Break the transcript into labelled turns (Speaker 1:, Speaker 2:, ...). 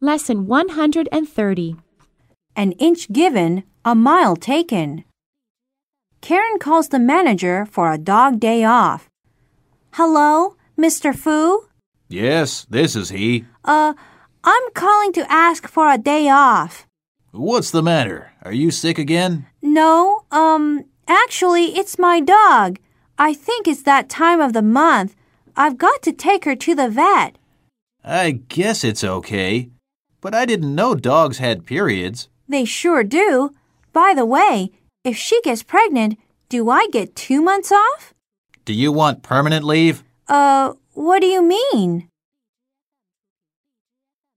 Speaker 1: Lesson 130.
Speaker 2: An inch given, a mile taken. Karen calls the manager for a dog day off. Hello, Mr. Fu?
Speaker 3: Yes, this is he.
Speaker 2: Uh, I'm calling to ask for a day off.
Speaker 3: What's the matter? Are you sick again?
Speaker 2: No, um, actually, it's my dog. I think it's that time of the month. I've got to take her to the vet.
Speaker 3: I guess it's okay. But I didn't know dogs had periods.
Speaker 2: They sure do. By the way, if she gets pregnant, do I get two months off?
Speaker 3: Do you want permanent leave?
Speaker 2: Uh, what do you mean?